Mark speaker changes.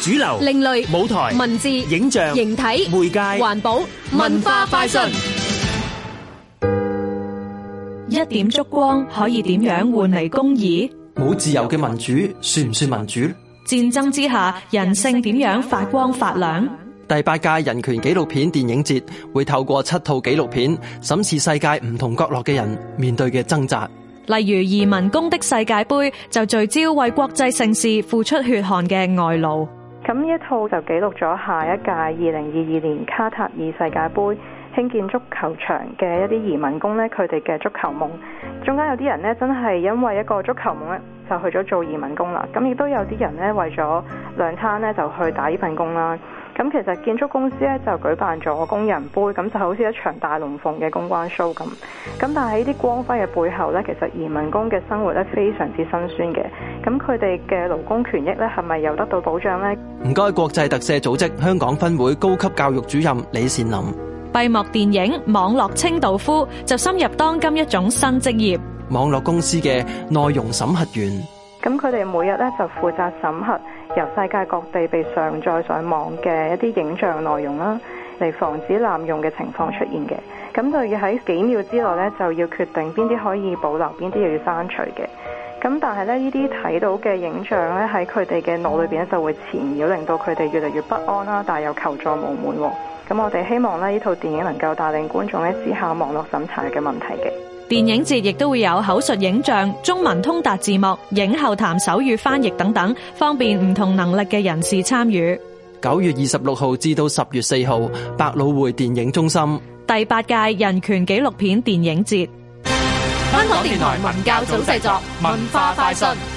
Speaker 1: 主流、
Speaker 2: 另類
Speaker 1: 舞台、
Speaker 2: 文字、
Speaker 1: 影像、
Speaker 2: 形體、
Speaker 1: 媒介
Speaker 2: 環保、文化快訊。
Speaker 3: 一點燭光可以點樣換嚟公義？
Speaker 4: 冇自由嘅民主算唔算民主？
Speaker 3: 戰爭之下，人性點樣發光發亮？
Speaker 4: 第八屆人權紀錄片電影節會透過七套紀錄片審視世界唔同角落嘅人面對嘅掙扎。
Speaker 3: 例如移民工的世界盃就聚焦為國際盛事付出血汗嘅外勞。
Speaker 5: 咁呢一套就記錄咗下一屆二零二二年卡塔爾世界盃興建足球場嘅一啲移民工呢，佢哋嘅足球夢。中間有啲人呢，真係因為一個足球夢呢，就去咗做移民工啦。咁亦都有啲人呢，為咗兩餐呢，就去打呢份工啦。咁其實建築公司咧就舉辦咗工人杯，咁就好似一場大龍鳳嘅公關 show 咁。咁但係呢啲光輝嘅背後咧，其實移民工嘅生活咧非常之辛酸嘅。咁佢哋嘅勞工權益咧係咪有得到保障呢？
Speaker 4: 唔該，國際特赦組織香港分會高級教育主任李善林。
Speaker 3: 閉幕電影《網絡清道夫》就深入當今一種新職業
Speaker 4: 網絡公司嘅內容審核員。
Speaker 5: 咁佢哋每日咧就負責審核由世界各地被上載上網嘅一啲影像內容啦，嚟防止濫用嘅情況出現嘅。咁就要喺幾秒之內咧就要決定邊啲可以保留，邊啲又要刪除嘅。咁但係咧呢啲睇到嘅影像咧喺佢哋嘅腦裏邊咧就會纏繞，令到佢哋越嚟越不安啦，但係又求助無門喎。咁我哋希望咧呢套電影能夠帶領觀眾咧思考網絡審查嘅問題嘅。
Speaker 3: 電影節亦都會有口述影像、中文通達字幕、影後談手語翻譯等等，方便唔同能力嘅人士參與。
Speaker 4: 九月二十六號至到十月四號，百老匯電影中心
Speaker 3: 第八屆人權紀錄片電影節。
Speaker 2: 香港電台文教組製作，文化快訊。